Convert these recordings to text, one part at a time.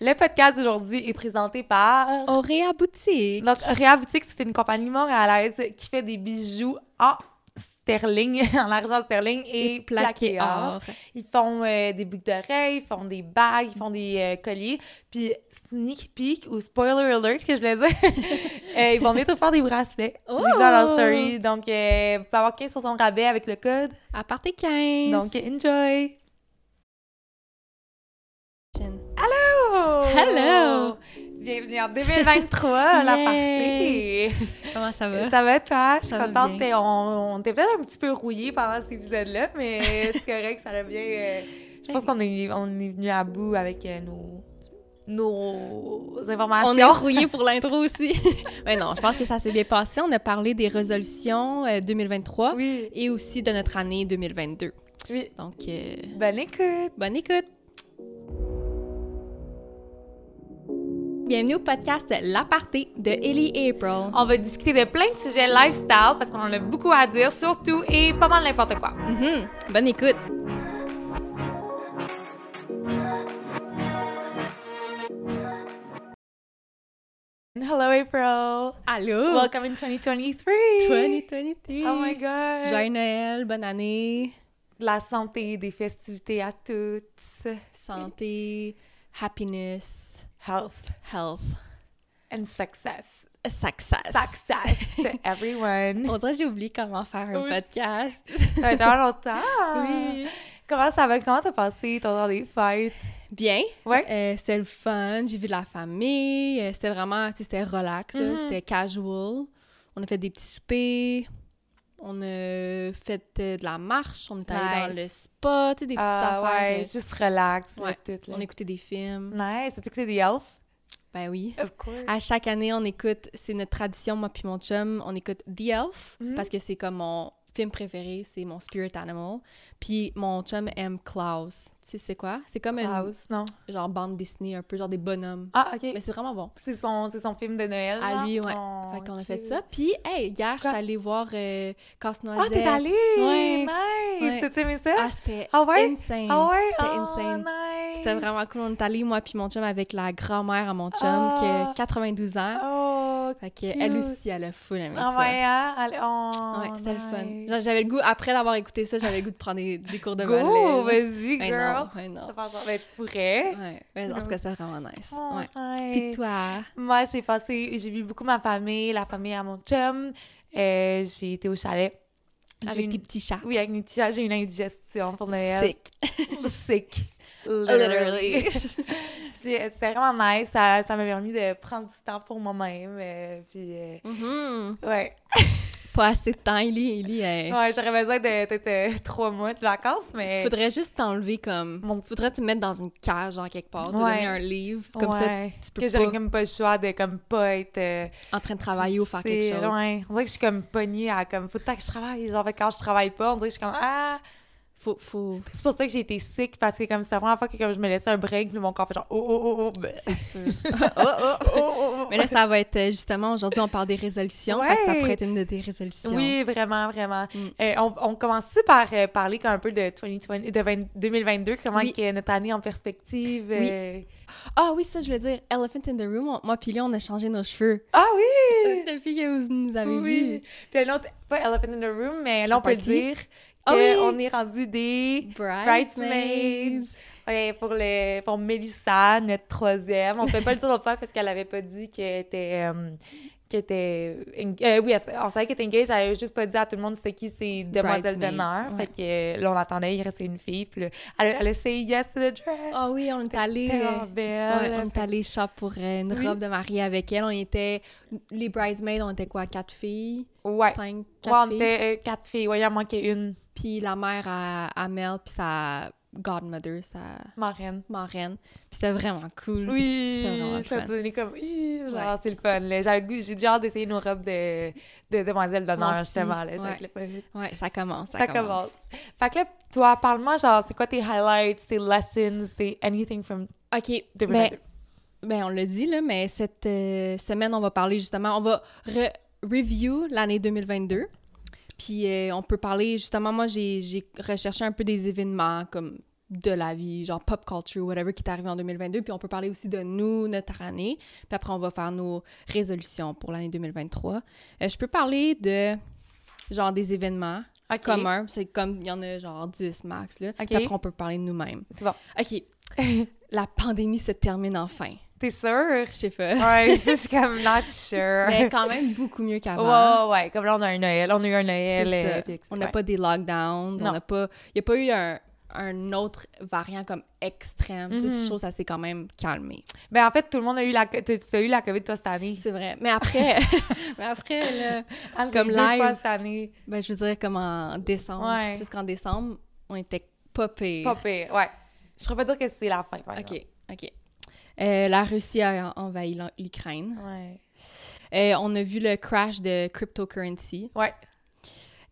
Le podcast d'aujourd'hui est présenté par Auréa Boutique. Donc, Réa Boutique, c'est une compagnie montréalaise qui fait des bijoux en sterling, en argent sterling et, plaqué or. Ils font euh, des boucles d'oreilles, ils font des bagues, ils font des euh, colliers. Puis, sneak peek ou spoiler alert, que je voulais dire, euh, ils vont bientôt faire des bracelets. Oh! J'ai vu dans leur story. Donc, euh, vous pouvez avoir 15% de rabais avec le code. À part tes 15. Donc, enjoy! Hello! Hello! Bienvenue en 2023 à la Yay! partie! comment ça va? Ça va toi? Je suis Ça va contente. bien. T'es- On, on était peut-être un petit peu rouillés pendant cet épisode-là, mais c'est correct, ça va bien. euh, je pense qu'on est, on est venu à bout avec euh, nos, nos informations. On est enrouillé pour l'intro aussi. Mais non, je pense que ça s'est bien passé. On a parlé des résolutions euh, 2023 Oui, et aussi de notre année 2022. oui. Donc, euh, Bonne écoute! bonne écoute. Bienvenue au podcast La Parté de Ellie et April. On va discuter de plein de sujets lifestyle parce qu'on en a beaucoup à dire, surtout et pas mal n'importe quoi. Mhm. Bonne écoute. Hello April! Allô? Welcome in 2023! 2023. Oh my god! Joyeux Noël, bonne année, La santé, des festivités à toutes. santé, happiness, Health health, and success. success. Success to everyone. On dirait que j'ai oublié comment faire un Oui. podcast. Ça va être dans longtemps. Oui. Comment ça va? Comment t'as passé ton temps des fêtes? Bien. Ouais. Euh, c'était le fun, j'ai vu de la famille, euh, c'était vraiment, tu sais, c'était relax, là, Mhm. c'était casual. On a fait des petits soupers, on a fait euh, de la marche, on est allé Nice. dans le spa, tu sais, des petites Ah affaires. ouais, euh, juste Mm. relax. là, ouais. tout, là. On écoutait des films. Nice. T'as écouté des health? Ben oui. Of course. À chaque année, on écoute, c'est notre tradition, moi puis mon chum, on écoute The Elf Mhm. parce que c'est comme mon film préféré, c'est mon spirit animal. Puis mon chum aime Klaus. Tu sais, c'est quoi? C'est comme House, non? une genre bande dessinée, un peu genre des bonhommes. Ah, Mais ok. c'est vraiment bon. C'est son, c'est son film de Noël. À genre? lui, ouais. Oh, fait qu'on a ok. fait ça. Puis, hey, hier, je Quoi? suis allée voir euh, Ah, Casse-Noisette. t'es allée! Ouais. Nice! Ouais. T'as aimé ça? Ah, c'était Ah ouais? insane. Ah ouais? C'était Oh, insane. nice. C'était vraiment cool. On est allés, moi puis mon chum, avec la grand-mère à mon chum qui Ah. a 92 ans. Oh, Fait qu'elle cute. aussi, elle a full aimé Ah ça. ouais, hein? Allez, oh, Ouais, c'était le nice. fun. Genre, J'avais le goût, après l'avoir écouté ça, j'avais le goût de prendre des, des cours de Go, ballet. vas-y, Mais girl. non, mais non. Ça fait genre, ben, tu pourrais. Ouais, mais en tout cas, c'était vraiment nice. Oh, Ouais. nice. Puis toi? Moi, j'ai passé, j'ai vu beaucoup ma famille, la famille à mon chum. Euh, j'ai été au chalet. J'ai Avec une- tes petits chats. Oui, avec une petite, j'ai eu une indigestion pour Noël. Sick. Sick. Literally. Puis c'est- C'était vraiment nice. Ça ça m'a permis de prendre du temps pour moi-même. euh, puis, euh, Mhm. ouais. Pas assez de temps, Ellie. Ellie, elle- Ouais, j'aurais besoin de peut-être euh, trois mois de vacances, mais. Faudrait juste t'enlever comme. Mon- Faudrait te mettre dans une cage, genre quelque part, te Ouais. donner un livre, comme Ouais. ça, tu peux que j'aurais pas comme pas le choix de comme pas être euh, en train de travailler ou faire quelque c'est- chose. ouais on dirait que je suis comme pognée à comme faut tant que je travaille genre fait que quand je travaille pas on dirait que je suis comme ah Faut, faut, c'est pour ça que j'ai été sick parce que comme c'est la première fois que comme je me laissais un break puis mon corps fait genre oh oh oh oh ben, c'est sûr. Oh, oh. oh, oh, oh. Mais là, ça va être euh, justement, aujourd'hui, on parle des résolutions. fait que ça Ouais. pourrait être une de tes résolutions. oui vraiment vraiment Mm. Euh, on, on commence par euh, parler un peu de 2020 de 20 2022 comment Oui. que notre année en perspective Oui. euh, Ah oui, ça, je voulais dire, Elephant in the Room, on- moi puis Léon, on a changé nos cheveux. ah oui Depuis que vous nous avez oui puis là on t- pas elephant in the room mais là on En peut le partie. dire Ah que oui. on est rendu des vus. Bridesmaids. Ouais, pour, le, pour Mélissa, notre troisième. On fait pas le tour de faire parce qu'elle avait pas dit qu'elle était. euh, qu'elle était en- euh, oui, elle- on savait qu'elle était engaged. Elle avait juste pas dit à tout le monde c'était qui ses demoiselles Bridesmaid, d'honneur. ouais. Fait que euh, là, on attendait, il restait une fille. Puis là, elle, elle a say yes to the dress. Ah oui, on est allé. Tellement euh, belle. ouais, on est allé shop pour euh, une Oui. robe de mariée avec elle. On était. Les bridesmaids, on était quoi Quatre filles Ouais. Cinq, Ouais, quatre on filles. était euh, quatre filles. Ouais, il en manquait une Puis la mère à, à Mel, puis sa godmother, sa marraine. marraine. Puis c'était vraiment cool. C'est vraiment Oui, le ça fun. me donnait comme, Hi, genre, Ouais. c'est le fun. là. J'avais le goût- J'ai déjà hâte d'essayer nos robes de, de demoiselles d'honneur, Moi aussi, justement. Là, ça va ouais. être le fun. Ouais, ça commence. Ça, Ça commence. Fait que là, toi, parle-moi, genre, c'est quoi tes highlights, tes lessons, c'est anything from OK. Ben, 2022? ben, on l'a dit, là, mais cette euh, semaine, on va parler justement, on va re- review l'année 2022. Puis euh, on peut parler, justement, moi, j'ai j'ai recherché un peu des événements, comme de la vie, genre pop culture, whatever, qui est arrivé en 2022. Puis on peut parler aussi de nous, notre année. Puis après, on va faire nos résolutions pour l'année 2023. Euh, je peux parler de, genre, des événements Ok. communs. C'est comme, il y en a genre 10 max, là. Ok. Puis après, on peut parler de nous-mêmes. C'est bon. OK. la pandémie se termine enfin. T'es sûre? Je sais pas. Ouais, ça, je suis comme not sure. Mais quand même beaucoup mieux Ouais, qu'avant. ouais, ouais. Comme là, on a un Noël. On a eu un C'est Noël. ça. euh, puis- On n'a ouais. pas des lockdowns, Non. on n'a pas... Il n'y a pas eu un, un autre variant comme extrême. Tu sais, Mhm. je trouve que ça s'est quand même calmé. Ben, en fait, tout le monde a eu la, co- tu tu as eu la COVID, toi, cette année. C'est vrai. Mais après, mais après là, Anne, Comme deux live. fois cette année. ben, je veux dire, comme en décembre, Ouais. jusqu'en décembre, on était pas pire. Pas pire, ouais. Je pourrais pas dire que c'est la fin, par exemple. OK, OK. Euh, la Russie a envahi l'en- l'Ukraine. Ouais. Euh, on a vu le crash de cryptocurrency. Ouais.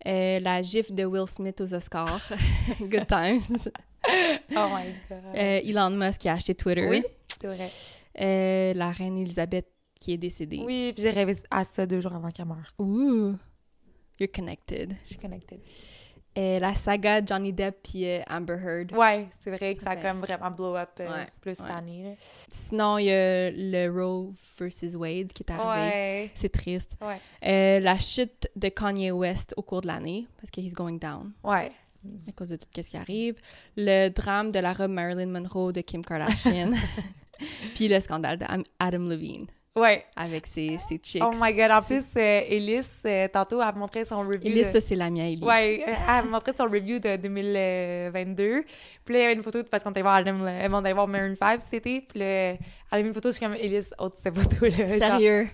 Euh, la gifle de Will Smith aux Oscars. Good times. Oh my God. Euh, Elon Musk qui a acheté Twitter. Oui. C'est vrai. Euh, la reine Elisabeth qui est décédée. Oui, puis j'ai rêvé à ça deux jours avant qu'elle meure. Ouh, you're connected. Je suis connectée. Euh, la saga Johnny Depp puis euh, Amber Heard. Ouais, c'est vrai que ça a Ouais. comme vraiment blow up euh, Ouais, plus cette ouais. année. Sinon, il y a le Roe versus Wade qui est là. arrivé. Ouais. C'est triste. Ouais. Euh, la chute de Kanye West au cours de l'année, parce que he's going down Ouais. à cause de tout ce qui arrive. Le drame de la robe Marilyn Monroe de Kim Kardashian. puis le scandale d'Adam Levine Ouais. avec ses, ses chicks. Oh my god. En plus, euh, Elise, euh, tantôt, a montré son review. Elise, de- ça, c'est la mienne, Elise. Ouais, euh, elle m'a montré son review de 2022. Puis là, il y avait une photo, de- parce qu'on était voir, Adam- euh, on allait voir Maroon 5 cet été. Puis là, elle a mis une photo, je suis comme, Elise, ôte cette photo-là. Genre, Sérieux.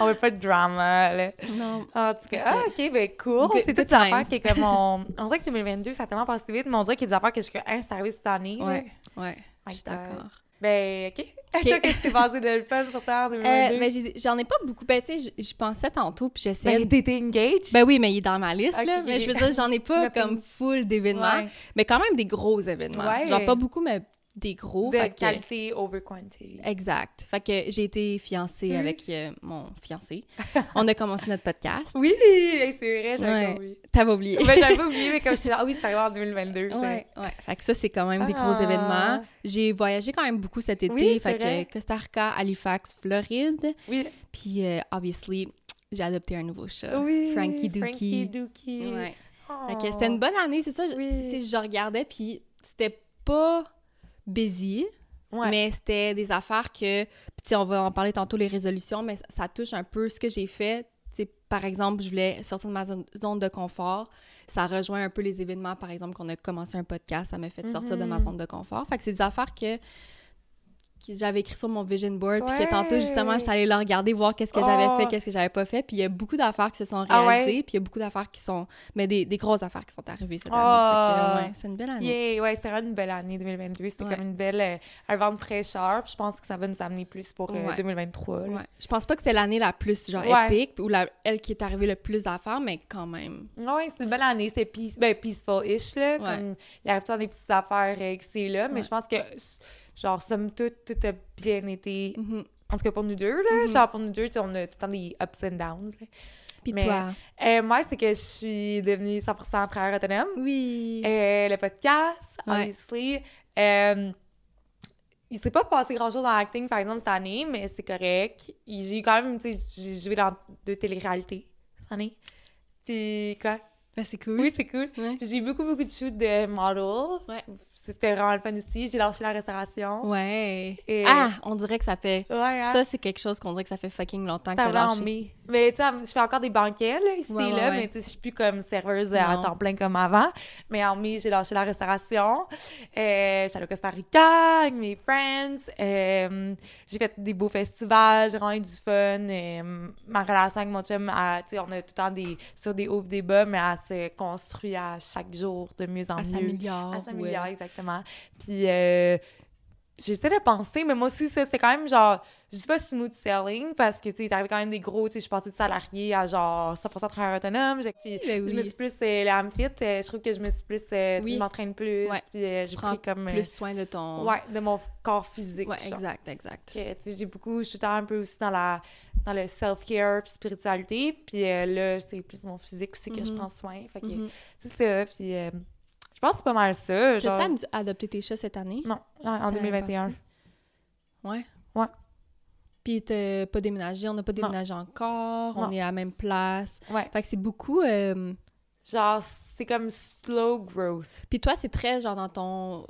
on veut pas de drama, là. Non. En tout cas, ah, ok, ben cool. Good- C'est good toute l'affaire times. qui est comme on. On dirait que 2022, ça a tellement passé vite, mais on dirait qu'il y a des affaires que je suis comme, hein, c'est arrivé cette année. là. Ouais, ouais. My Je suis God. d'accord. Ben, ok. Toi, qu'est-ce qui s'est passé de le fun pour toi en 2022? Euh, mais j'ai- j'en ai pas beaucoup. Ben, tu sais, j- je pensais tantôt, puis j'essayais. ben, de- t'étais engaged? Ben oui, mais il est dans ma liste, Ok, là. ok, Mais je veux ok. dire, j'en ai pas Nothing. comme full d'événements, Ouais. mais quand même des gros événements. Ouais. Genre pas beaucoup, mais des gros. de fait que- qualité over quantity. Exact. Fait que j'ai été fiancée Oui. avec euh, mon fiancé. On a commencé notre podcast. Oui, hey, c'est vrai, j'avais Ouais. oublié. T'avais oublié. Ben, j'avais oublié, mais comme je suis là, ah oui, c'est arrivé en 2022. c'est Ouais, vrai. ouais. Fait que ça, c'est quand même des Ah. gros événements. J'ai voyagé quand même beaucoup cet été. Oui, c'est fait vrai. que Costa Rica, Halifax, Floride. Oui, Puis, euh, obviously, j'ai adopté un nouveau chat. oui. Frankie Dookie. Frankie Dookie. Ouais. Oh. Fait que c'était une bonne année, c'est ça. Je, Oui. tu sais, je regardais, puis c'était pas busy, Oh. Ouais. mais c'était des affaires que... Puis tu sais, on va en parler tantôt, les résolutions, mais ça, ça touche un peu ce que j'ai fait. Tu sais, par exemple, je voulais sortir de ma zone, zone de confort. Ça rejoint un peu les événements, par exemple, qu'on a commencé un podcast, ça m'a fait sortir de ma Mhm. zone de confort. Fait que c'est des affaires que, que j'avais écrit sur mon vision board, puis Ouais. que tantôt, justement, j'étais allée le regarder, voir qu'est-ce que Oh. j'avais fait, qu'est-ce que j'avais pas fait. Puis il y a beaucoup d'affaires qui se sont Ah ouais? réalisées, puis il y a beaucoup d'affaires qui sont mais des, des grosses affaires qui sont arrivées cette Ah. année. Fait que, ouais, c'est une belle année. Yay, ouais, c'était vraiment une belle année 2022. C'était Ouais. comme une belle, euh, un vent de fraîcheur. Puis je pense que ça va nous amener plus pour euh, Ouais. 2023. là. Ouais. Je pense pas que c'était l'année la plus genre Ouais. épique ou la, elle qui est arrivée le plus d'affaires, mais quand même. Ouais, c'est une belle année. C'est peace- ben, peaceful-ish, là. Ouais. Comme, il arrive toujours des petites affaires euh, que c'est là. Mais Ouais. je pense que, s- genre, somme toute, tout a bien été. Mhm. En tout cas, pour nous deux, là. Mm-hmm. Genre, pour nous deux, tu sais, on a tout le temps des ups and downs. là. Puis Mais- toi? Euh, moi, c'est que je suis devenue 100% travailleur autonome. Oui. Euh, le podcast, Ouais. obviously. Euh, il s'est pas passé grand-chose dans l'acting, par exemple, cette année, mais c'est correct. Il- J'ai eu quand même, tu sais, j'ai joué dans deux téléréalités cette année. Puis quoi? Ben, c'est cool. Oui, c'est cool. Ouais. Puis j'ai eu beaucoup, beaucoup de shoots de model. Ouais. C'était vraiment le fun aussi. J'ai lâché la restauration. Ouais. Et- Ah, on dirait que ça fait. Ouais, hein? Ça, c'est quelque chose qu'on dirait que ça fait fucking longtemps que ça t'as va en lâché. mai. Mais tu sais, je fais encore des banquets, là, ici, Ouais, ouais, là, ouais. mais tu sais, je suis plus comme serveuse à Non. temps plein comme avant. Mais en mai, j'ai lâché la restauration. Euh, J'allais au Costa Rica avec mes friends. Euh, j'ai fait des beaux festivals, j'ai vraiment eu du fun. Euh, ma relation avec mon chum, elle, tu sais, on est tout le temps des, sur des hauts et des bas, mais elle se construit à chaque jour de mieux en À mieux. Ah, s'améliorer. À Ah, ouais. 5 milliards, exactement. Puis, euh, j'essaie de penser, mais moi aussi, ça, c'était quand même genre, je dis pas smooth selling, parce que, tu sais, il est arrivé quand même des gros, tu sais, je suis passée de salarié à genre 100% travailleur autonome. J'ai- puis ben Je me oui. suis plus, euh, la fit, je trouve que je me suis plus, euh, tu sais, Oui. je m'entraîne plus, Ouais. puis euh, j'ai prends pris comme. euh, Plus soin de ton. ouais, de mon corps physique. Ouais, genre. exact, exact. Que, tu sais, j'ai beaucoup, je suis un peu aussi dans la dans le self-care puis spiritualité, puis euh, là, c'est plus mon physique aussi que je Mhm. prends soin. Fait que, Mhm. c'est ça, puis euh, je pense que c'est pas mal ça. T'as-tu Genre... ad- adopté tes chats cette année? Non, en- en C'est 2021. passé. Ouais. Ouais. Puis t'as pas déménagé, on n'a pas déménagé encore, on Non. est à la même place. Ouais. Fait que c'est beaucoup. euh, Genre, c'est comme slow growth. Puis toi, c'est très genre dans ton.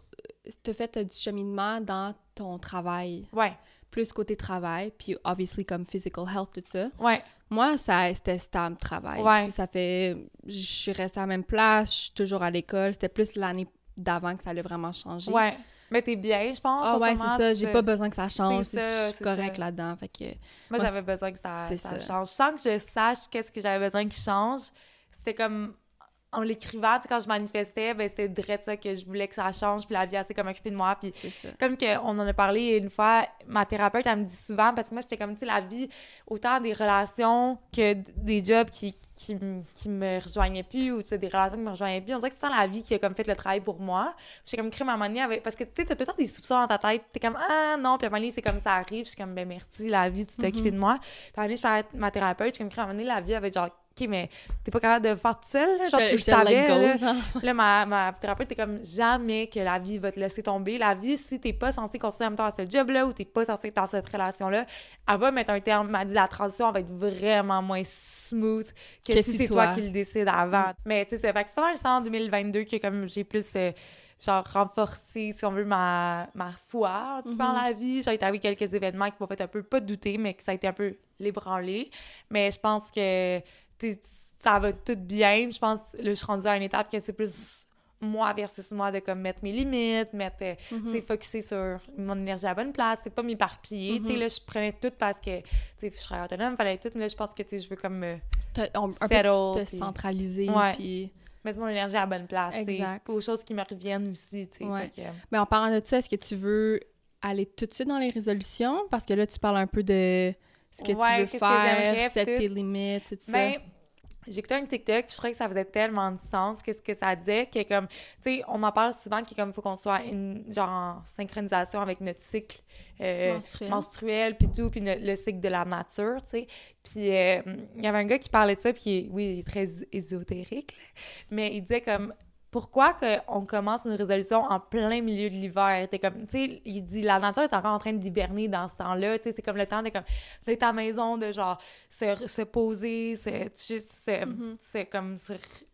T'as fait euh, du cheminement dans ton travail, Ouais, plus côté travail, puis obviously comme physical health, tout ça. ouais, Moi, ça, c'était stable travail. Ouais. Tu sais, Ça fait. Je suis restée à la même place, je suis toujours à l'école. C'était plus l'année d'avant que ça allait vraiment changer. ouais. Mais t'es bien, je pense. Ah en ce ouais, c'est moment, ça, j'ai pas besoin que ça change, C'est je ça, suis c'est correcte ça. là-dedans. Fait que. Moi, Moi, j'avais besoin que ça, c'est ça ça. change. Sans que je sache qu'est-ce que j'avais besoin qui change, c'était comme en l'écrivant, tu sais, quand je manifestais, ben c'était de ça que je voulais que ça change, puis la vie elle s'est comme occupée de moi, puis C'est ça. comme que on en a parlé une fois, ma thérapeute elle me dit souvent parce que moi j'étais comme tu sais la vie autant des relations que d- des jobs qui qui, m- qui me rejoignaient plus ou tu sais des relations qui me rejoignaient plus, on dirait que c'est tant la vie qui a comme fait le travail pour moi. J'étais comme crime à un moment donné avec parce que tu sais t'as tout le temps des soupçons dans ta tête, t'es comme ah non, puis à un moment donné c'est comme ça arrive, je suis comme ben merci la vie tu t'es occupée Mm-hmm. de moi. Puis à un moment donné, je parlais avec ma thérapeute, je suis comme crime à un moment donné la vie avec genre OK, mais t'es pas capable de le faire tout seul, là? genre Je te- tu le je te let savais, go, là. genre. Puis Là, ma, ma thérapeute était comme jamais que la vie va te laisser tomber. La vie, si t'es pas censé continuer en même temps à ce job-là ou t'es pas censé être dans cette relation-là, elle va mettre un terme. Elle m'a dit la transition elle va être vraiment moins smooth que, si, c'est toi. Mm. qui le décide avant. Mais tu sais, c'est fait que c'est pas mal ça en 2022 que comme j'ai plus. euh, genre renforcé, si on veut, ma, ma foi un petit peu en la vie. J'ai été avec quelques événements qui m'ont fait un peu, pas douter, mais que ça a été un peu l'ébranlé. Mais je pense que tu sais, ça va tout bien. Je pense là, je suis rendue à une étape que c'est plus moi versus moi de comme mettre mes limites, mettre, euh, Mhm. tu sais, focusser sur mon énergie à la bonne place, c'est pas m'éparpiller, Mhm. tu sais, là, je prenais tout parce que, tu sais, je serais autonome, fallait tout, mais là, je pense que, tu sais, je veux comme me T'as- on- un peu settle, te puis centraliser, Ouais. puis... mettre mon énergie à la bonne place, tu sais, Exact. aux choses qui me reviennent aussi, tu sais, Ouais. fait que- euh, Mais en parlant de ça, est-ce que tu veux aller tout de suite dans les résolutions? Parce que là, tu parles un peu de ce que Ouais, tu veux qu'est-ce que j'aimerais, faire, set puis tes tout. Ben, limites, tout ça. Mais j'écoutais un TikTok, puis je trouvais que ça faisait tellement de sens, qu'est-ce que ça disait, que comme, tu sais, on en parle souvent, qu'il comme faut qu'on soit une, genre en synchronisation avec notre cycle euh, Menstruel. menstruel, puis tout, puis no- le cycle de la nature, tu sais. Puis euh, il y avait un gars qui parlait de ça, puis il est- oui, il est très ésotérique, là, mais il disait comme pourquoi que on commence une résolution en plein milieu de l'hiver? T'es comme, tu sais, il dit, la nature est encore en train d'hiberner dans ce temps-là, tu sais, c'est comme le temps de comme, d'être à la maison, de genre, se, se poser, se, juste, se, Mhm. se, comme, se re-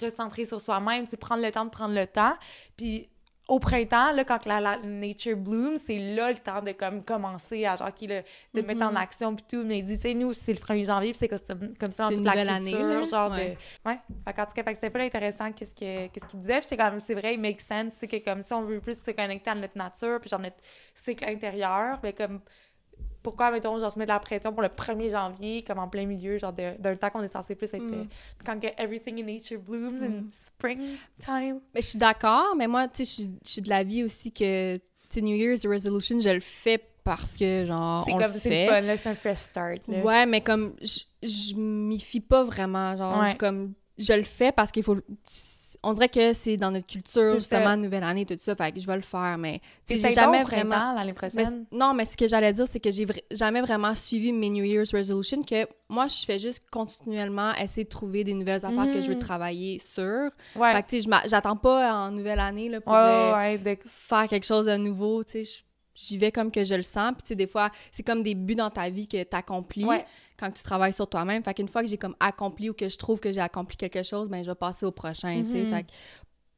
recentrer sur soi-même, c'est prendre le temps de prendre le temps, puis au printemps, là, quand la, la nature bloom, c'est là le temps de comme commencer à genre qui le- de Mhm. mettre en action puis tout. Mais il dit, tu sais, nous c'est le 1er janvier, puis c'est comme, comme ça en C'est toute une la culture, nouvelle année, là. genre de Ouais. Ouais. Fait qu'en tout cas, fait que c'était pas intéressant qu'est-ce que- qu'est-ce qu'il disait. Puis j'étais comme, c'est vrai, il make sense. C'est que comme si on veut plus se connecter à notre nature, puis genre notre cycle intérieur, mais comme pourquoi, mettons, genre se mettre de la pression pour le 1er janvier, comme en plein milieu, genre de- d'un temps qu'on est censé plus être. Mm. euh, quand que everything in nature blooms in Mm. springtime. Mais je suis d'accord, mais moi, tu sais, je suis- je suis de l'avis aussi que, tu sais, New Year's Resolution, je le fais parce que, genre, C'est on le comme, c'est fait. le fun, là, c'est un fresh start. Là. Ouais, mais comme je, je m'y fie pas vraiment, genre Ouais. je, comme je le fais parce qu'il faut on dirait que c'est dans notre culture C'est justement ça. nouvelle année tout ça, fait que je vais le faire mais tu C'est sais, j'ai jamais jamais au vraiment printemps l'année mais prochaine. c- non, mais ce que j'allais dire c'est que j'ai vra- jamais vraiment suivi mes New Year's resolution que moi je fais juste continuellement essayer de trouver des nouvelles affaires que je veux Mhm. travailler sur. Ouais. Fait que tu sais je m'a- j'attends pas en nouvelle année là pour Ouais, euh, ouais, ouais, de- faire quelque chose de nouveau, tu sais, je- j'y vais comme que je le sens. Puis tu sais, des fois, c'est comme des buts dans ta vie que tu accomplis Ouais. quand tu travailles sur toi-même. Fait qu'une fois que j'ai comme accompli ou que je trouve que j'ai accompli quelque chose, ben je vais passer au prochain, tu sais. Mhm. Fait que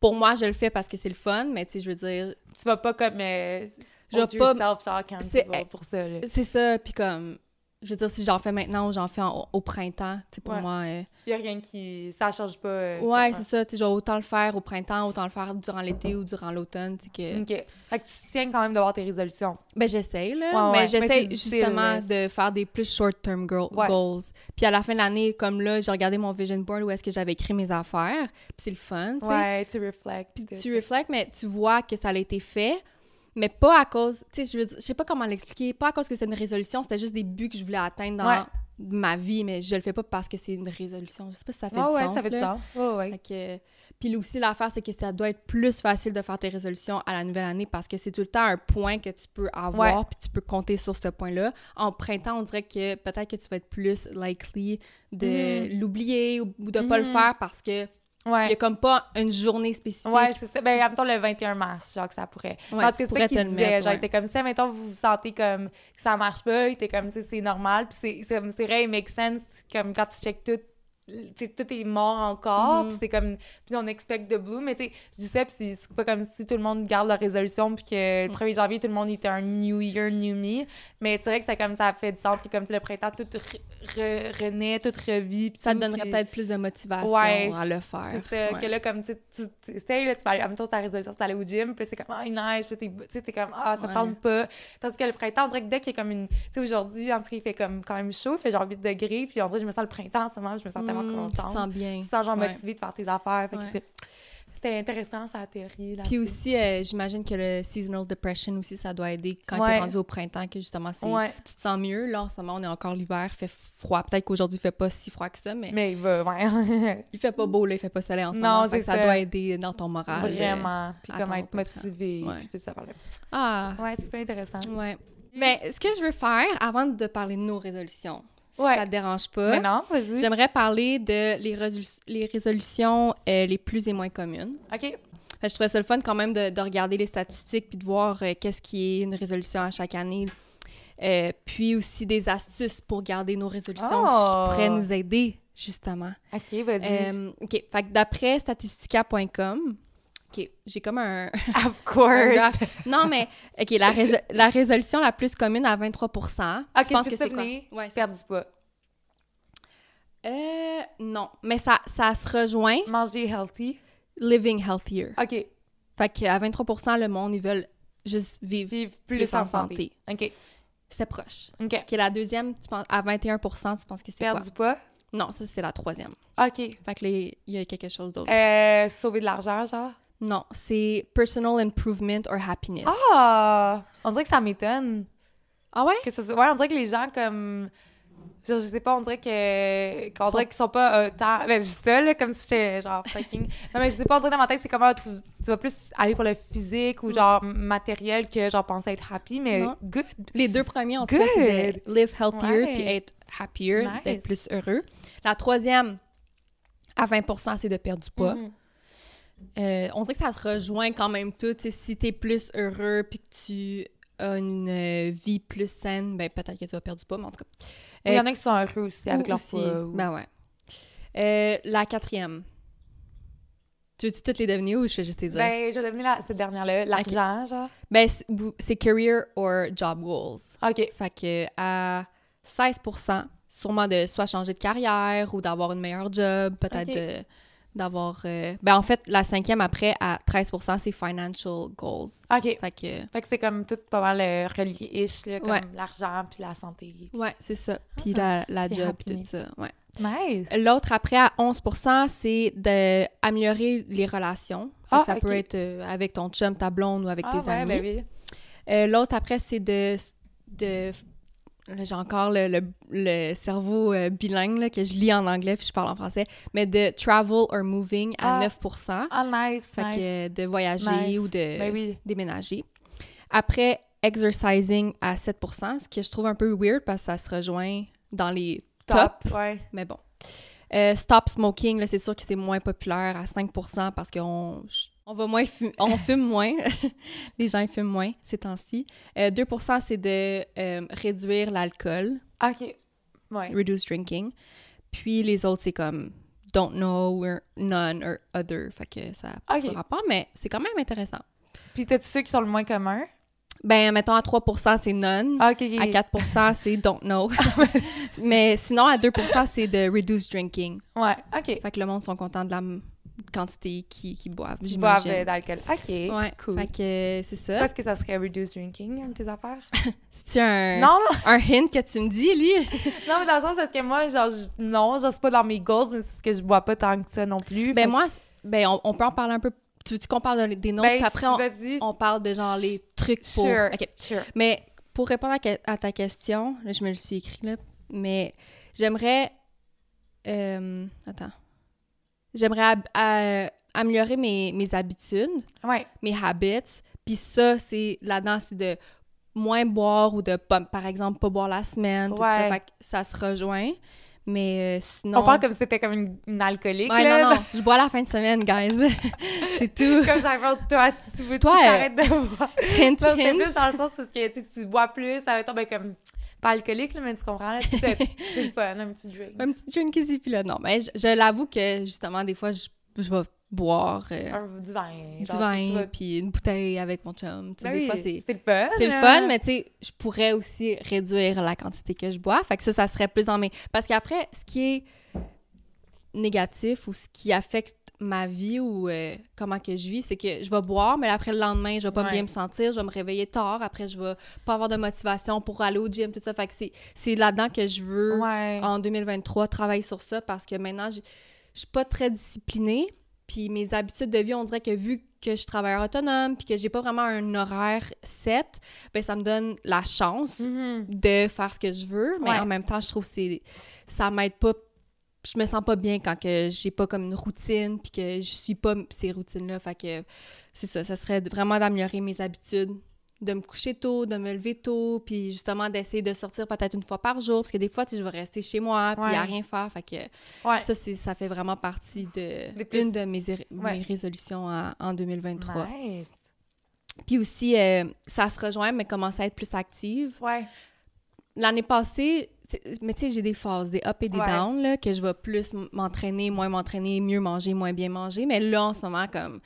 pour moi, je le fais parce que c'est le fun, mais tu sais, je veux dire, Tu vas pas comme. Euh, Je vais hold pas- yourself, genre, quand C'est- tu vas pour ça. là. c'est ça. Puis comme, je veux dire, si j'en fais maintenant ou j'en fais en- au printemps, tu sais, pour Ouais. moi... euh, Il a rien qui. Ça change pas. euh, ouais, comme- c'est ça, tu sais, genre autant le faire au printemps, autant le faire durant l'été ou durant l'automne, tu sais, que... OK. Fait que tu tiens quand même d'avoir tes résolutions. Ben, j'essaie, là. Ouais, ouais. Mais Mais j'essaie c'est difficile, justement là. de faire des plus short-term goal- Ouais. goals. Puis à la fin de l'année, comme là, j'ai regardé mon vision board où est-ce que j'avais écrit mes affaires. Puis c'est le fun, tu sais. Ouais, tu reflectes. Puis de- tu réfléchis, mais tu vois que ça a été fait, mais pas à cause... Tu sais, je veux dire- je sais pas comment l'expliquer. Pas à cause que c'était une résolution, c'était juste des buts que je voulais atteindre dans Ouais. ma vie, mais je le fais pas parce que c'est une résolution. Je sais pas si ça fait Ouais, du ouais, sens, ça fait du là. sens. Ouais, ouais. Fait que- Puis là aussi, l'affaire, c'est que ça doit être plus facile de faire tes résolutions à la nouvelle année parce que c'est tout le temps un point que tu peux avoir Ouais. puis tu peux compter sur ce point-là. En printemps, on dirait que peut-être que tu vas être plus likely de l'oublier ou, ou de pas le Mhm. faire parce que Mm-hmm. Ouais. Il y a comme pas une journée spécifique. Ouais, c'est ça. Ben, admettons le 21 mars, genre que ça pourrait. Ouais, Parce tu que c'est pourrais ça te qu'il le disait. mettre, Genre, ouais. il était comme ça, mettons, vous vous sentez comme que ça marche pas, il était comme, tu sais, c'est normal. Puis c'est- c'est c'est vrai, il make sense, comme quand tu check tout. Tu sais, tout est mort encore, Mhm. puis c'est comme... Puis on expect de blue, mais tu sais, je dis ça, puis c'est- c'est pas comme si tout le monde garde leur résolution, puis Mm. que le 1er janvier, tout le monde était un new year, new me, mais c'est vrai que c'est comme ça fait du sens, que comme tu sais, le printemps, tout re- re- renaît, tout revit, puis Ça te tout, donnerait puis- peut-être plus de motivation Ouais. à le faire. c'est ça, Ouais. que là, comme, tu sais, tu- tu essayes, là, tu vas aller, en même temps, ta résolution, c'est d'aller au gym, puis c'est comme, ah, il neige, puis t'es- tu sais, t'es comme, ah, ça Ouais. tente pas. Tandis que le printemps, on dirait que dès qu'il y a comme une. Tu sais, aujourd'hui, en tout cas, il fait comme quand même chaud, il fait genre 8 degrés, puis on dirait, que je me sens le printemps en ce moment, je me sens tellement Mm, Tu te contente. sens bien. Tu te sens genre Ouais. motivée de faire tes affaires. Fait que Ouais. c'est- c'était intéressant, sa théorie. Là, Puis aussi, euh, j'imagine que le seasonal depression aussi, ça doit aider quand Ouais. t'es rendu au printemps, que justement, c'est- Ouais. tu te sens mieux. Là, en ce moment, on est encore l'hiver, fait froid. Peut-être qu'aujourd'hui, il fait pas si froid que ça, mais, Mais il va, ouais. il fait pas beau, là, il fait pas soleil en ce Non, moment. fait c'est que ça ça. doit aider dans ton moral. euh. Vraiment. Puis à comme ton être printemps. motivée, Ouais. puis tout ça. par là. Ah, Ouais, c'est pas intéressant. ouais. Mais ce que je veux faire, avant de parler de nos résolutions, Ouais. si ça te dérange pas, Mais non, vas-y. j'aimerais parler de les, résolu- les résolutions euh, les plus et moins communes. OK. Fait que je trouvais ça le fun quand même de, de regarder les statistiques puis de voir euh, qu'est-ce qui est une résolution à chaque année. Euh, puis aussi des astuces pour garder nos résolutions, Oh! ce qui pourrait nous aider, justement. OK, vas-y. Euh, OK, fait que d'après statistica.com, OK, j'ai comme un... Of un course. graphe. non, mais OK, la, réso- la résolution la plus commune à 23 Ah, Ok, Tu penses je peux que c'est quoi? souvenir. Ouais, c'est- Perdre du poids. Euh, non, mais ça, ça se rejoint, Manger healthy. living healthier. OK. Fait qu'à 23 le monde, ils veulent juste vivre Vivre plus, plus, en santé. OK. C'est proche. OK. Qui est la deuxième, tu penses, à 21 tu penses que c'est Perdre quoi? du poids. Non, ça, c'est la troisième. OK. Fait que là, il y a quelque chose d'autre. Euh, sauver de l'argent, genre. Non, c'est personal improvement or happiness. Eh. Ah! On dirait que ça m'étonne. Ah ouais? Que ce soit- Ouais, on dirait que les gens, comme... Genre, je sais pas, on dirait que... qu'on Sont- dirait qu'ils sont pas autant... Ben, je dis ça, là, comme si j'étais, genre, fucking... non, mais je sais pas, on dirait dans ma tête, c'est comment tu, tu vas plus aller pour le physique ou, genre, matériel que, genre, penser être happy, mais Mm. Non. good. Les deux premiers, en tout cas, c'est de live healthier Ouais. puis être happier, Nice. d'être plus heureux. La troisième, à 20 c'est de perdre du poids. Mhm. Euh, on dirait que ça se rejoint quand même tout. tu sais, si t'es plus heureux puis que tu as une euh, vie plus saine, ben peut-être que tu vas perdre du poids, mais en tout cas. Il y en a qui sont heureux aussi avec Ou leur aussi- poids. ou- Ben ouais. Euh, la quatrième. Tu veux-tu toutes les devenir ou je fais juste les dire? Ben, Ben, je vais devenir la, cette dernière-là, l'argent, genre. c'est- bou- c'est career or job goals. OK. Fait que à 16 sûrement de soit changer de carrière ou d'avoir une meilleure job, peut-être Ok. de- d'avoir... euh, Ben en fait, la cinquième après, à 13 c'est financial goals. OK. Fait que... Fait que c'est comme tout pas mal euh, relié-ish, là, comme Ouais. l'argent puis la santé. Ouais, c'est ça. Puis la, la Ah, c'est job, puis tout happiness. ça. Ouais. Nice! L'autre après à 11 c'est d'améliorer les relations. Fait que Ah, ça peut ok. être euh, avec ton chum, ta blonde ou avec Ah tes ouais, amis. ben oui. Euh, L'autre après, c'est de. de là, J'ai encore le, le- le cerveau euh, bilingue là, que je lis en anglais puis je parle en français, mais de travel or moving à Ah. 9 Ah, nice, Fait nice. que euh, de voyager Nice. ou de Ben oui. déménager. Après, exercising à 7 ce que je trouve un peu weird parce que ça se rejoint dans les tops. Top, ouais. Mais bon. Euh, stop smoking, là, c'est sûr que c'est moins populaire à 5% parce qu'on on va moins fu- on fume moins. Les gens ils fument moins ces temps-ci. Euh, 2%, c'est de euh, réduire l'alcool, OK. Ouais. reduce drinking. Puis les autres, c'est comme don't know or none or other. Fait que ça n'a pas Ok. rapport, mais c'est quand même intéressant. Puis t'as-tu ceux qui sont le moins communs? Ben, mettons à 3%, c'est none. Ah, OK, À OK. Ah, 4%, c'est don't know. mais sinon, à 2%, c'est de reduce drinking. Ouais, OK. Fait que le monde sont contents de la m- quantité qui, qui boivent, Qui boivent j'imagine. euh, d'alcool. OK, Ouais, cool. fait que euh, c'est ça. Qu'est-ce que ça serait reduce drinking, hein, tes affaires? C'est-tu un, non, non, un hint que tu me dis, Ellie? non, mais dans le sens parce que moi, genre, je- non, genre, c'est pas dans mes goals, mais c'est parce que je bois pas tant que ça non plus. ben moi, c'est- ben on, on peut en parler un peu. Tu veux-tu qu'on parle de- des noms, ben, puis après on, vas-y, on parle de genre les trucs pour... sure, Ok. sure. Mais pour répondre à, que- à ta question, là, je me le suis écrit, là, mais j'aimerais... euh, attends. J'aimerais ab- à- euh, améliorer mes, mes habitudes. Ouais, mes habits. Puis ça, c'est là-dedans, c'est de moins boire ou de, pas- par exemple, pas boire la semaine, tout ça. Ouais. Fait que ça se rejoint. Mais euh, sinon. On parle comme si c'était comme une, une alcoolique. Ouais, là. non, non, je bois la fin de semaine, guys. c'est tout. Comme j'avais toi, tu veux Toi, tu t'arrêtes de boire. Hint, Non, c'est hint. plus dans le sens parce que tu, sais, tu bois plus, ça va tomber comme pas alcoolique, là, mais tu comprends. là, tu te- C'est le fun, un petit drink. Un petit drink ici, puis là. Non, mais je, je l'avoue que justement, des fois, je, je vais boire euh, Un, du vin. du genre, tu vin, vois. puis une bouteille avec mon chum. Tu sais, Ben des oui, fois, c'est. c'est le fun. C'est le là. fun, mais tu sais, je pourrais aussi réduire la quantité que je bois. Fait que ça, ça serait plus en mes. Parce qu'après, ce qui est négatif ou ce qui affecte ma vie ou euh, comment que je vis, c'est que je vais boire, mais après le lendemain, je vais pas Ouais. bien me sentir, je vais me réveiller tard, après je vais pas avoir de motivation pour aller au gym, tout ça. Fait que c'est- c'est là-dedans que je veux Ouais. en 2023 travailler sur ça parce que maintenant, je je suis pas très disciplinée. Puis mes habitudes de vie, on dirait que vu que je suis travailleur autonome puis que j'ai pas vraiment un horaire set, ben ça me donne la chance Mhm. de faire ce que je veux. Mais Ouais. en même temps, je trouve que c'est- ça m'aide pas. Je me sens pas bien quand que j'ai pas comme une routine puis que je suis pas ces routines-là. Fait que c'est ça, ça serait vraiment d'améliorer mes habitudes de me coucher tôt, de me lever tôt, puis justement d'essayer de sortir peut-être une fois par jour, parce que des fois, tu sais, je vais rester chez moi, puis Ouais. à rien faire, fait que Ouais. ça, c'est, ça fait vraiment partie de Des plus- une de mes, é- Ouais. mes résolutions à- en 2023. Nice. Puis aussi, euh, ça se rejoint, mais commencer à être plus active. Ouais. L'année passée, tu- mais tu sais, j'ai des phases, des up et des Ouais. downs, là, que je vais plus m- m'entraîner, moins m'entraîner, mieux manger, moins bien manger. Mais là, en ce moment, comme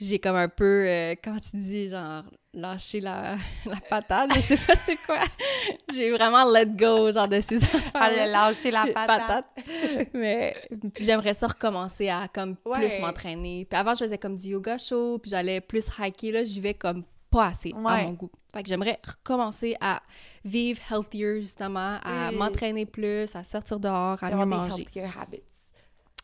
j'ai comme un peu, euh, comment tu dis, genre lâcher la, la patate, je sais pas c'est quoi. j'ai vraiment let go, genre de ces affaires Fallait lâcher la c'est patate. mais puis j'aimerais ça recommencer à comme Ouais. plus m'entraîner. Puis avant je faisais comme du yoga chaud, puis j'allais plus hiker là, j'y vais comme pas assez à Ouais. mon goût. Fait que j'aimerais recommencer à vivre healthier justement, à Oui. m'entraîner plus, à sortir dehors, à mieux D'avoir des manger. healthier habits.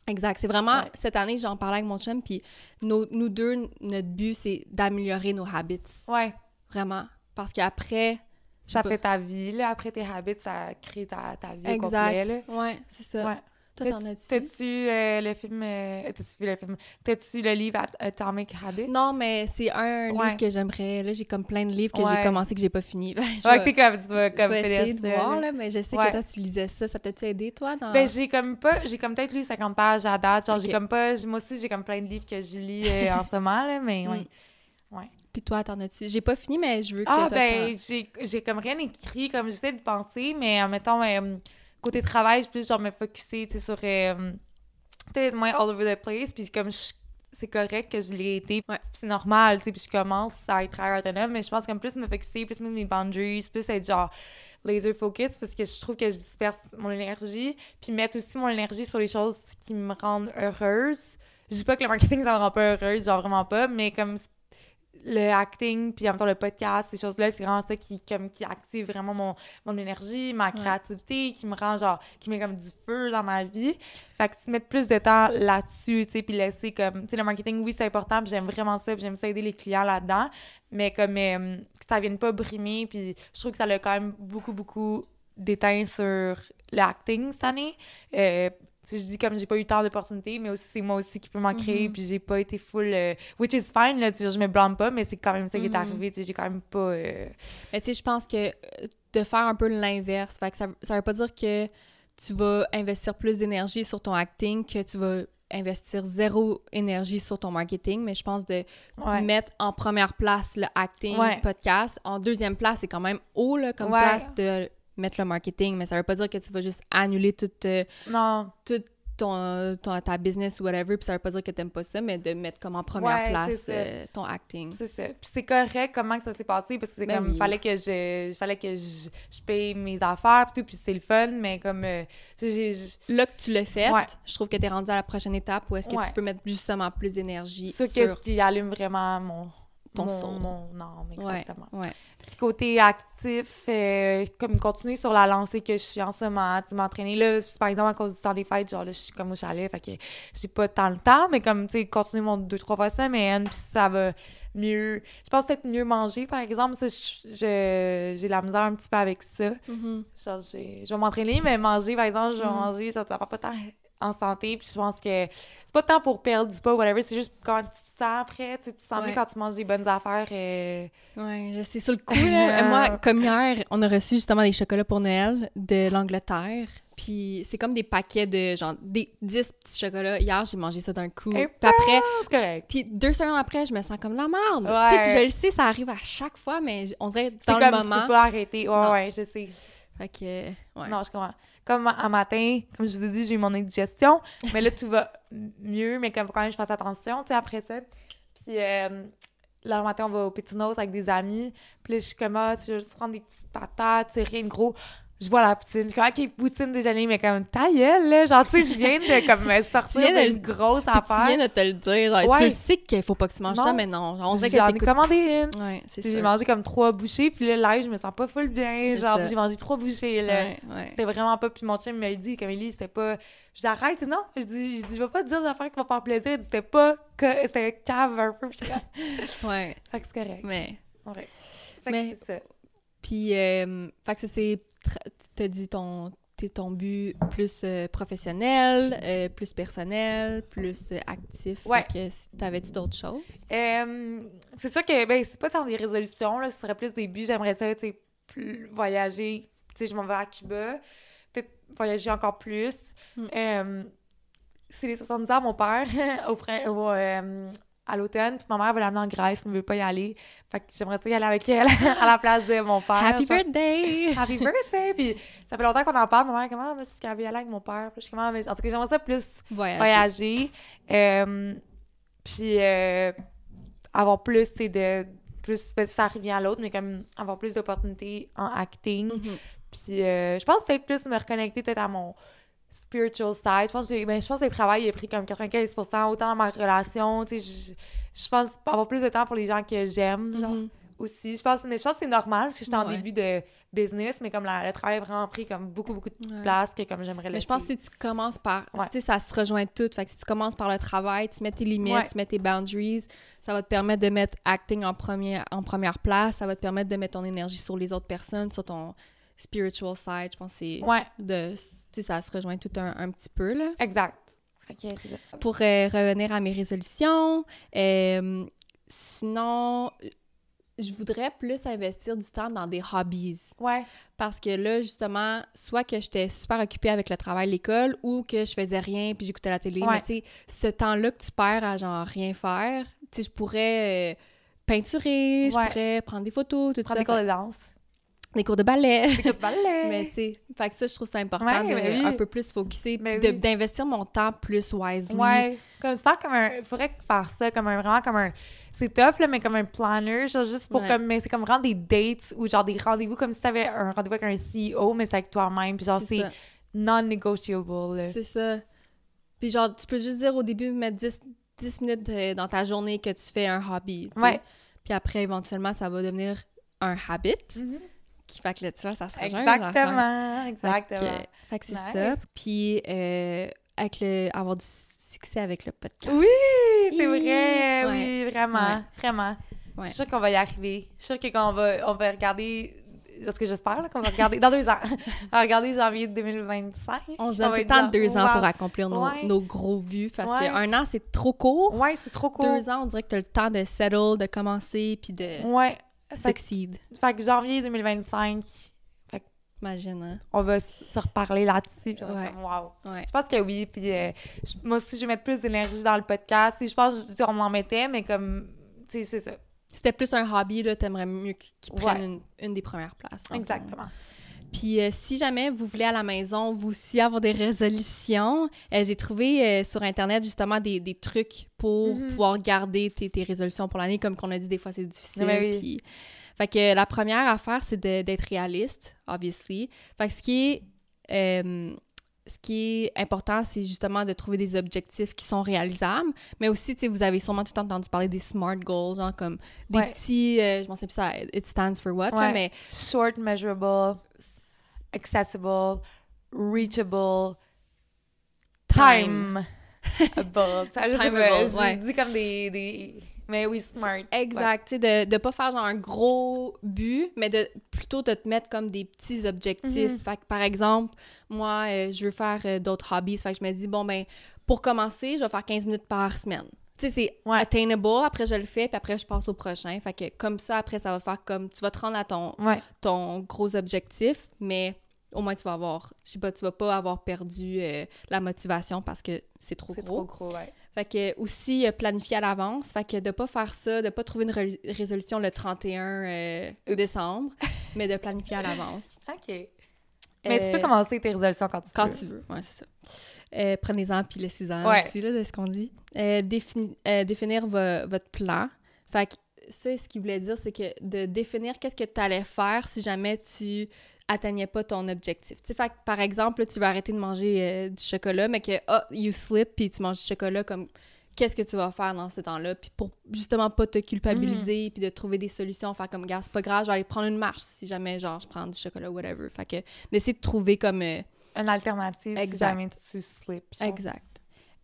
Exact. C'est vraiment, Ouais. cette année, j'en parlais avec mon chum, puis nos- nous deux, n- notre but, c'est d'améliorer nos habits. Ouais. Vraiment. Parce qu'après... je Ça sais fait ta vie, là. Après tes habits, ça crée ta, ta vie pas- au complet, là. Exact. Ouais, c'est ça. Ouais. Toi, t'en T'as- as-tu? T'as-tu euh, le film... euh, T'as-tu vu le film? T'as-tu le livre At- euh, Atomic Habits? Non, mais c'est Ouais. un livre que j'aimerais. Là, j'ai comme plein de livres que Ouais. j'ai commencé que j'ai pas fini. je Ouais, que vais- t'es comme... Tu vas je comme vais finir essayer de ça, voir, là. là, mais je sais Ouais. que toi, tu lisais ça. Ça t'a-tu aidé, toi, dans... Ben, j'ai comme pas, j'ai comme peut-être lu 50 pages à date. Genre, j'ai Ok. comme pas, j'ai- moi aussi, j'ai comme plein de livres que je lis euh, en ce moment, là, mais Mm. ouais. Puis toi, t'en as-tu? J'ai pas fini, mais je veux que Ah, toi, ben, j'ai j'ai comme rien écrit, comme j'essaie de penser, mais euh, mettons, euh, côté travail, je peux genre me focusser, tu sais, sur. euh, peut-être moins all over the place, puis comme je- c'est correct que je l'ai été, Ouais. puis c'est normal, tu sais, puis je commence à être travailleur autonome, mais je pense comme plus me focusser, plus mettre mes boundaries, plus être genre laser focus, parce que je trouve que je disperse mon énergie, puis mettre aussi mon énergie sur les choses qui me rendent heureuse. Je dis pas que le marketing, ça me rend pas heureuse, genre vraiment pas, mais comme c'est- le acting, puis en même temps le podcast, ces choses-là, c'est vraiment ça qui, comme, qui active vraiment mon, mon énergie, ma créativité, qui me rend genre, qui met comme du feu dans ma vie. Fait que se mettre plus de temps là-dessus, tu sais, puis laisser comme, tu sais, le marketing, oui, c'est important, puis j'aime vraiment ça, puis j'aime ça aider les clients là-dedans, mais comme euh, que ça vienne pas brimer, puis je trouve que ça l'a quand même beaucoup, beaucoup déteint sur l'acting cette année. Euh, tu sais, je dis comme j'ai pas eu tant d'opportunités, mais aussi c'est moi aussi qui peux m'en créer, puis j'ai pas été full. euh, which is fine, là, tu sais, je me blâme pas, mais c'est quand même ça qui est arrivé, tu sais, j'ai quand même pas. euh, Mais tu sais, je pense que euh, de faire un peu l'inverse, fait que ça, ça veut pas dire que tu vas investir plus d'énergie sur ton acting, que tu vas investir zéro énergie sur ton marketing, mais je pense de ouais. mettre en première place le acting, Ouais. podcast. En deuxième place, c'est quand même haut là, comme Ouais. place de mettre le marketing, mais ça veut pas dire que tu vas juste annuler tout, euh, Non. tout ton, ton- ta business ou whatever, puis ça veut pas dire que t'aimes pas ça, mais de mettre comme en première Ouais, place c'est ça. euh, ton acting. C'est ça. Puis c'est correct comment que ça s'est passé parce que c'est Ben comme oui. fallait que je fallait que je, je paye mes affaires puis tout puis c'est le fun mais comme euh, tu sais, j'ai- j'ai- Là que tu l'as fait, Ouais. je trouve que t'es rendu à la prochaine étape où est-ce que Ouais. tu peux mettre justement plus d'énergie ça sur... qu'est-ce qui allume vraiment mon Ton mon, soul. mon âme Ouais, exactement. ouais. Puis côté actif euh, comme continuer sur la lancée que je suis en ce moment, tu sais, m'entraîner là je- par exemple à cause du temps des fêtes genre là je suis comme au chalet fait que j'ai pas tant le temps mais comme tu sais continuer mon deux trois fois semaine puis ça va mieux je pense peut-être mieux manger par exemple ça je- je- j'ai la misère un petit peu avec ça Mhm. Genre, j'ai- je vais m'entraîner, mais manger, par exemple, je vais Mhm. manger, ça ne pas tant en santé. Puis je pense que c'est pas tant pour perdre du poids, whatever, c'est juste quand tu te sens après, tu, sais, tu te sens Ouais. mieux quand tu manges des bonnes affaires. euh, Ouais, je sais, sur le coup, là, moi, comme hier, on a reçu justement des chocolats pour Noël de l'Angleterre. Puis c'est comme des paquets de genre des 10 petits chocolats. Hier, j'ai mangé ça d'un coup. Et Puis après, C'est correct. puis deux secondes après, je me sens comme la merde. Ouais. Tu sais, puis je le sais, ça arrive à chaque fois, mais j- on dirait C'est dans comme le tu peux moment. pas arrêter. Ouais, Non. ouais, je sais. Fait que, ouais. Non, je comprends. Comme un matin, comme je vous ai dit, j'ai eu mon indigestion, mais là, tout va mieux, mais comme faut quand même que je fasse attention, tu sais, après ça. Puis euh, là, le matin, on va au Pétinos avec des amis, puis là, je suis comme, ah, tu veux juste prendre des petites patates, tu sais, rien de gros. Je vois la poutine, je suis comme, ok, poutine déjeuner, mais comme, ta gueule, là, genre, tu sais, je viens de comme me sortir Tu viens de- d'une grosse Puis affaire. tu viens de te le dire. genre, Tu Ouais. le sais qu'il faut pas que tu manges Non. ça, mais non. On dirait J'en que ai t'écoutes. commandé une. Ouais, c'est Puis J'ai sûr. mangé comme trois bouchées, puis là, là, je me sens pas full bien. C'est Genre, ça. j'ai mangé trois bouchées, là. Ouais, ouais. C'était vraiment pas. Puis mon chum me le dit, comme Élie, c'était pas. Je dis, arrête, non. Je dis, je dis, je vais pas te dire des affaires qui vont faire plaisir. Elle dit, C'était pas. Que... C'était cave un peu. Puis j'étais comme, Ouais, fait que c'est correct. mais. Ouais. Fait Mais- que c'est ça. Puis, euh, fait que ça, c'est. tra- Tu te dis ton, t'es ton but plus euh, professionnel, euh, plus personnel, plus euh, actif. Ouais. Fait que si- t'avais-tu d'autres choses? Euh, c'est sûr que, ben, c'est pas tant des résolutions, là. Ce serait plus des buts. J'aimerais ça, tu sais, plus voyager. Tu sais, je m'en vais à Cuba. Peut-être voyager encore plus. Mm. Euh, c'est les 70 ans, mon père, au, prin- au, euh, à l'automne. Puis ma mère veut l'amener en Grèce, mais veut pas y aller. Fait que j'aimerais ça y aller avec elle à la place de mon père. Happy Je pense- birthday! Happy birthday! Puis ça fait longtemps qu'on en parle. Ma mère, comment, c'est ce qu'elle avait aller avec mon père. Puis je suis comme, Ah, mais- en tout cas, j'aimerais ça plus Voyage. voyager. Euh, puis euh, avoir plus, tu sais, de. Plus, ben, ça revient à l'autre, mais comme avoir plus d'opportunités en acting. Mhm. Puis euh, je pense peut-être plus me reconnecter peut-être à mon spiritual side. Je pense que, j'ai- ben, je pense que le travail a pris comme 95 autant dans ma relation. Tu sais, je, je pense avoir plus de temps pour les gens que j'aime, genre, Mhm. aussi. Je pense, mais je pense que c'est normal parce que j'étais en Ouais. début de business, mais comme la- le travail a vraiment pris comme beaucoup, beaucoup de Ouais. place que comme j'aimerais le Mais je pense que si tu commences par. Ouais. Tu sais, ça se rejoint tout. Fait que si tu commences par le travail, tu mets tes limites, Ouais. tu mets tes boundaries, ça va te permettre de mettre acting en, premier, en première place, ça va te permettre de mettre ton énergie sur les autres personnes, sur ton spiritual side. Je pense que c'est. Ouais, de- Tu sais, ça se rejoint tout un, un petit peu, là. exact. Fait que c'est ça. Pour euh, revenir à mes résolutions, euh, sinon, je voudrais plus investir du temps dans des hobbies. Ouais, Parce que là, justement, soit que j'étais super occupée avec le travail, l'école, ou que je faisais rien puis j'écoutais la télé. Ouais. Mais tu sais, ce temps-là que tu perds à genre rien faire, tu sais, je pourrais euh, peinturer, je Ouais. pourrais prendre des photos, tout prendre ça. des cours de danse, des cours de ballet. des cours de ballet. Mais tu sais, fait que ça, je trouve ça important Ouais, de mais oui. un peu plus focuser, Mais de- oui. d'investir mon temps plus wisely. Ouais, comme c'est faire comme un il faudrait faire ça comme un vraiment comme un c'est tough là mais comme un planner genre juste pour Ouais. comme mais c'est comme rendre des dates ou genre des rendez-vous comme si t'avais un rendez-vous avec un CEO mais c'est avec toi-même puis genre C'est c'est ça. non negotiable. là. C'est ça. Puis genre, tu peux juste dire au début, mettre 10, 10 minutes euh, dans ta journée que tu fais un hobby. tu sais. Ouais. Puis après, éventuellement, ça va devenir un habit. Mhm. Qui fait que là, tu vois, ça se rejoint. les Exactement, affaires. Fait que, exactement. fait que c'est Nice. ça. Puis euh, avec le, avoir du succès avec le podcast. Oui, c'est Hi. vrai, Ouais. oui, vraiment, Ouais. vraiment. Je Ouais. suis sûre qu'on va y arriver. Je suis sûre qu'on va, on va regarder, c'est ce que j'espère, là, qu'on va regarder dans deux ans. on va regarder janvier 2025. On Ça se donne va tout le être temps dans- deux ans pour Wow. accomplir nos, Ouais. nos gros buts parce Ouais. qu'un an, c'est trop court. Ouais, c'est trop cool. Deux ans, on dirait que tu as le temps de settle, de commencer, puis de Ouais. Fait, succeed. que- fait que janvier 2025, Imagine, hein? on va s- se reparler là-dessus. puis on va être comme, Ouais. Wow. Ouais. Je pense que oui. Puis euh, je- moi aussi, je vais mettre plus d'énergie dans le podcast. Et je pense que- tu sais, on m'en mettait, mais comme, tu sais, c'est ça. C'était plus un hobby, là, t'aimerais mieux qu'il qu'il prenne Ouais. une, une des premières places. dans le fond. Exactement. Puis euh, si jamais vous voulez à la maison, vous aussi avoir des résolutions, euh, j'ai trouvé euh, sur Internet justement des, des trucs pour Mhm. pouvoir garder tes, tes résolutions pour l'année. Comme qu'on a dit, des fois, c'est difficile. Mais oui. puis- Fait que la première affaire, c'est de- d'être réaliste, obviously. Fait que ce qui est... euh, ce qui est important, c'est justement de trouver des objectifs qui sont réalisables, mais aussi, tu sais, vous avez sûrement tout le temps entendu parler des SMART goals, genre comme des Ouais. petits, euh, je m'en sais plus ça, it stands for what, là, Ouais. mais Short, measurable, accessible, reachable, Time. time. Able. Ça, je sais pas, Timeable, je ouais. dis comme des. des... Mais oui, smart. Exact. Tu sais, de ne pas faire genre un gros but, mais de plutôt de te mettre comme des petits objectifs. Mhm. Fait que, par exemple, moi, euh, je veux faire euh, d'autres hobbies. Fait que je me dis, bon, ben, pour commencer, je vais faire 15 minutes par semaine. Tu sais, c'est Ouais. attainable. Après, je le fais, puis après, je passe au prochain. Fait que comme ça, après, ça va faire comme tu vas te rendre à ton, Ouais. ton gros objectif, mais au moins, tu vas avoir, je sais pas, tu vas pas avoir perdu euh, la motivation parce que c'est trop C'est gros. trop gros, ouais. Fait que aussi euh, planifier à l'avance, fait que de pas faire ça, de pas trouver une ré- résolution le 31 euh, Oups. décembre, mais de planifier à l'avance. OK. Mais tu peux Euh, commencer tes résolutions quand tu quand veux. tu veux, ouais, c'est ça. Euh, Prenez-en puis laissez-en Ouais. aussi, là, de ce qu'on dit. Euh, défini- euh, définir vo- votre plan. Fait que ça, ce qu'il voulait dire, c'est que de définir qu'est-ce que tu allais faire si jamais tu atteignais pas ton objectif. Tu sais, fait que, par exemple, là, tu vas arrêter de manger euh, du chocolat, mais que, ah, you slip, puis tu manges du chocolat, comme, qu'est-ce que tu vas faire dans ce temps-là? Puis pour justement pas te culpabiliser, Mm. puis de trouver des solutions, faire comme, gars, c'est pas grave, je vais aller prendre une marche si jamais, genre, je prends du chocolat, whatever. Fait que d'essayer de trouver comme... euh, Une alternative si Exact. jamais tu slips. genre. Exact.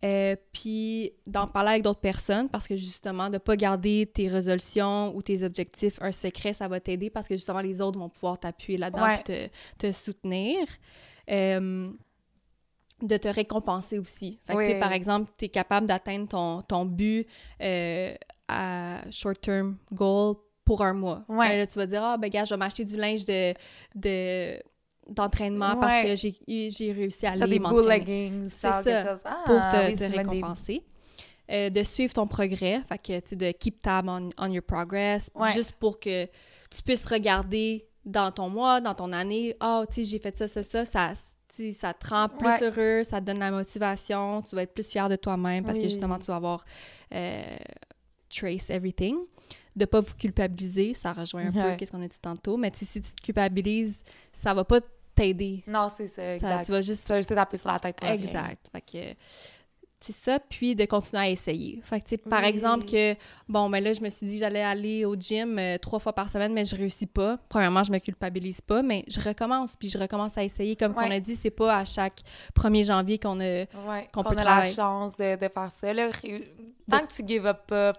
Euh, puis d'en parler avec d'autres personnes parce que justement, de pas garder tes résolutions ou tes objectifs un secret, ça va t'aider parce que justement, les autres vont pouvoir t'appuyer là-dedans Ouais. puis te, te soutenir. Euh, de te récompenser aussi. Fait que, Oui. tu sais, par exemple, tu es capable d'atteindre ton, ton but euh, à short-term goal pour un mois. Ouais. Ben là, tu vas dire, ah, ben gars, je vais m'acheter du linge de... de d'entraînement parce Ouais. que j'ai j'ai réussi à Genre aller des m'entraîner bull leggings, C'est genre quelque ça, chose. Ah, pour te, oui, te c'est une bonne idée. récompenser. Euh, de suivre ton progrès, fait que, tu sais, de keep tab on, on your progress, Ouais. juste pour que tu puisses regarder dans ton mois, dans ton année, ah, tu sais, j'ai fait ça, ça, ça, ça, tu sais, ça te rend plus Ouais. heureux, ça te donne la motivation, tu vas être plus fier de toi-même parce que Oui. justement, tu vas avoir euh, trace everything. De pas vous culpabiliser, ça rejoint un Ouais. peu ce qu'on a dit tantôt, mais tu sais, si tu te culpabilises, ça va pas t'aider. Non, c'est ça, Ça- exact. Tu vas juste Ça, je sais taper sur la tête. pour rien. Exact. Fait que c'est ça, puis de continuer à essayer. Fait que, tu sais, par Oui. exemple, que, bon, ben là, je me suis dit que j'allais aller au gym euh, trois fois par semaine, mais je réussis pas. Premièrement, je me culpabilise pas, mais je recommence, puis je recommence à essayer. Comme Ouais. on a dit, c'est pas à chaque 1er janvier qu'on a... Ouais, Qu'on qu'on peut a travailler. la chance de, de faire ça. là. Ré- Tant que tu give up pas,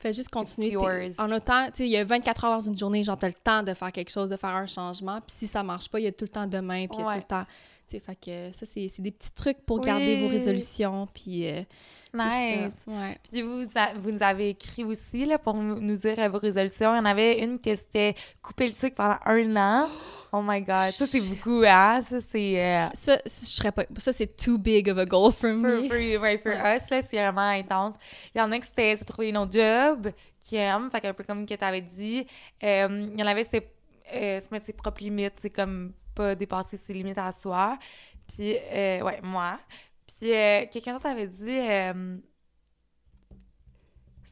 Fait juste continuer. t'es- yours. En autant, tu sais, il y a 24 heures dans une journée, genre, t'as le temps de faire quelque chose, de faire un changement, puis si ça marche pas, il y a tout le temps demain, puis il y a Ouais. tout le temps... Tu sais, fait que ça, c'est c'est des petits trucs pour garder vos Oui. résolutions, puis... euh, c'est ça. nice. Ouais. Puis vous, a- vous nous avez écrit aussi là, pour nous nous dire euh, vos résolutions. Il y en avait une qui c'était couper le sucre pendant un an. Oh my God. Ça, c'est beaucoup, hein? Ça, c'est... euh, Ça, ça, je serais pas. Ça, c'est too big of a goal for For, me. for, ouais, for us, là, c'est vraiment intense. Il y en a qui c'était se trouver nos jobs, qui aiment, fait un peu comme que t'avais dit. Euh, il y en avait, c'est euh, se mettre ses propres limites, c'est comme pas dépasser ses limites à soi. Puis, euh, ouais, moi. Puis, euh, quelqu'un d'autre avait dit. euh,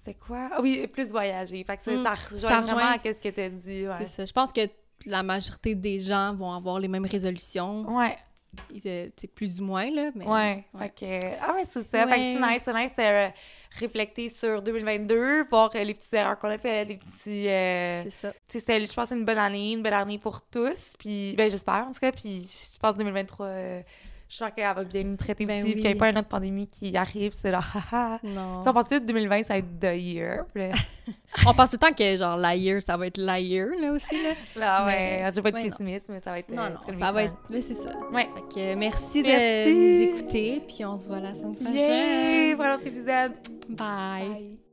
c'est quoi? Ah oui, plus voyager. Fait que ça, Mm, ça ça rejoint rejoint. vraiment à ce que t'as dit. C'est Ouais. ça. Je pense que la majorité des gens vont avoir les mêmes résolutions, Ouais, Ils, euh, tu sais, plus ou moins, là. Mais... ouais. ouais. Fait que, ah, mais c'est ça. Fait que c'est Ouais. nice, c'est nice de euh, réfléchir sur 2022, voir euh, les petites erreurs qu'on a fait, les petits. euh, C'est ça. tu sais, c'est- je pense que c'est une bonne année, une belle année pour tous. Puis, ben, j'espère, en tout cas. Puis, je pense que 2023, euh, je suis sûre qu'elle va bien nous traiter Ben aussi. oui. Puis, qu'il n'y ait pas une autre pandémie qui arrive, c'est là, haha. Non. Tu sais, on pense que 2020, ça va être the year. Puis là, On pense tout le temps que, genre, l'ailleurs, ça va être l'ailleurs, là aussi, là. là, Mais- ouais, je vais pas être Ah ouais, non. pessimiste, mais ça va être. euh, non, it's gonna non, be ça va fun. être. Mais c'est ça. Ouais. Fait que, euh, Merci. merci, de nous écouter, puis on se voit la semaine prochaine. Yay! Pour un autre épisode. Bye. Bye.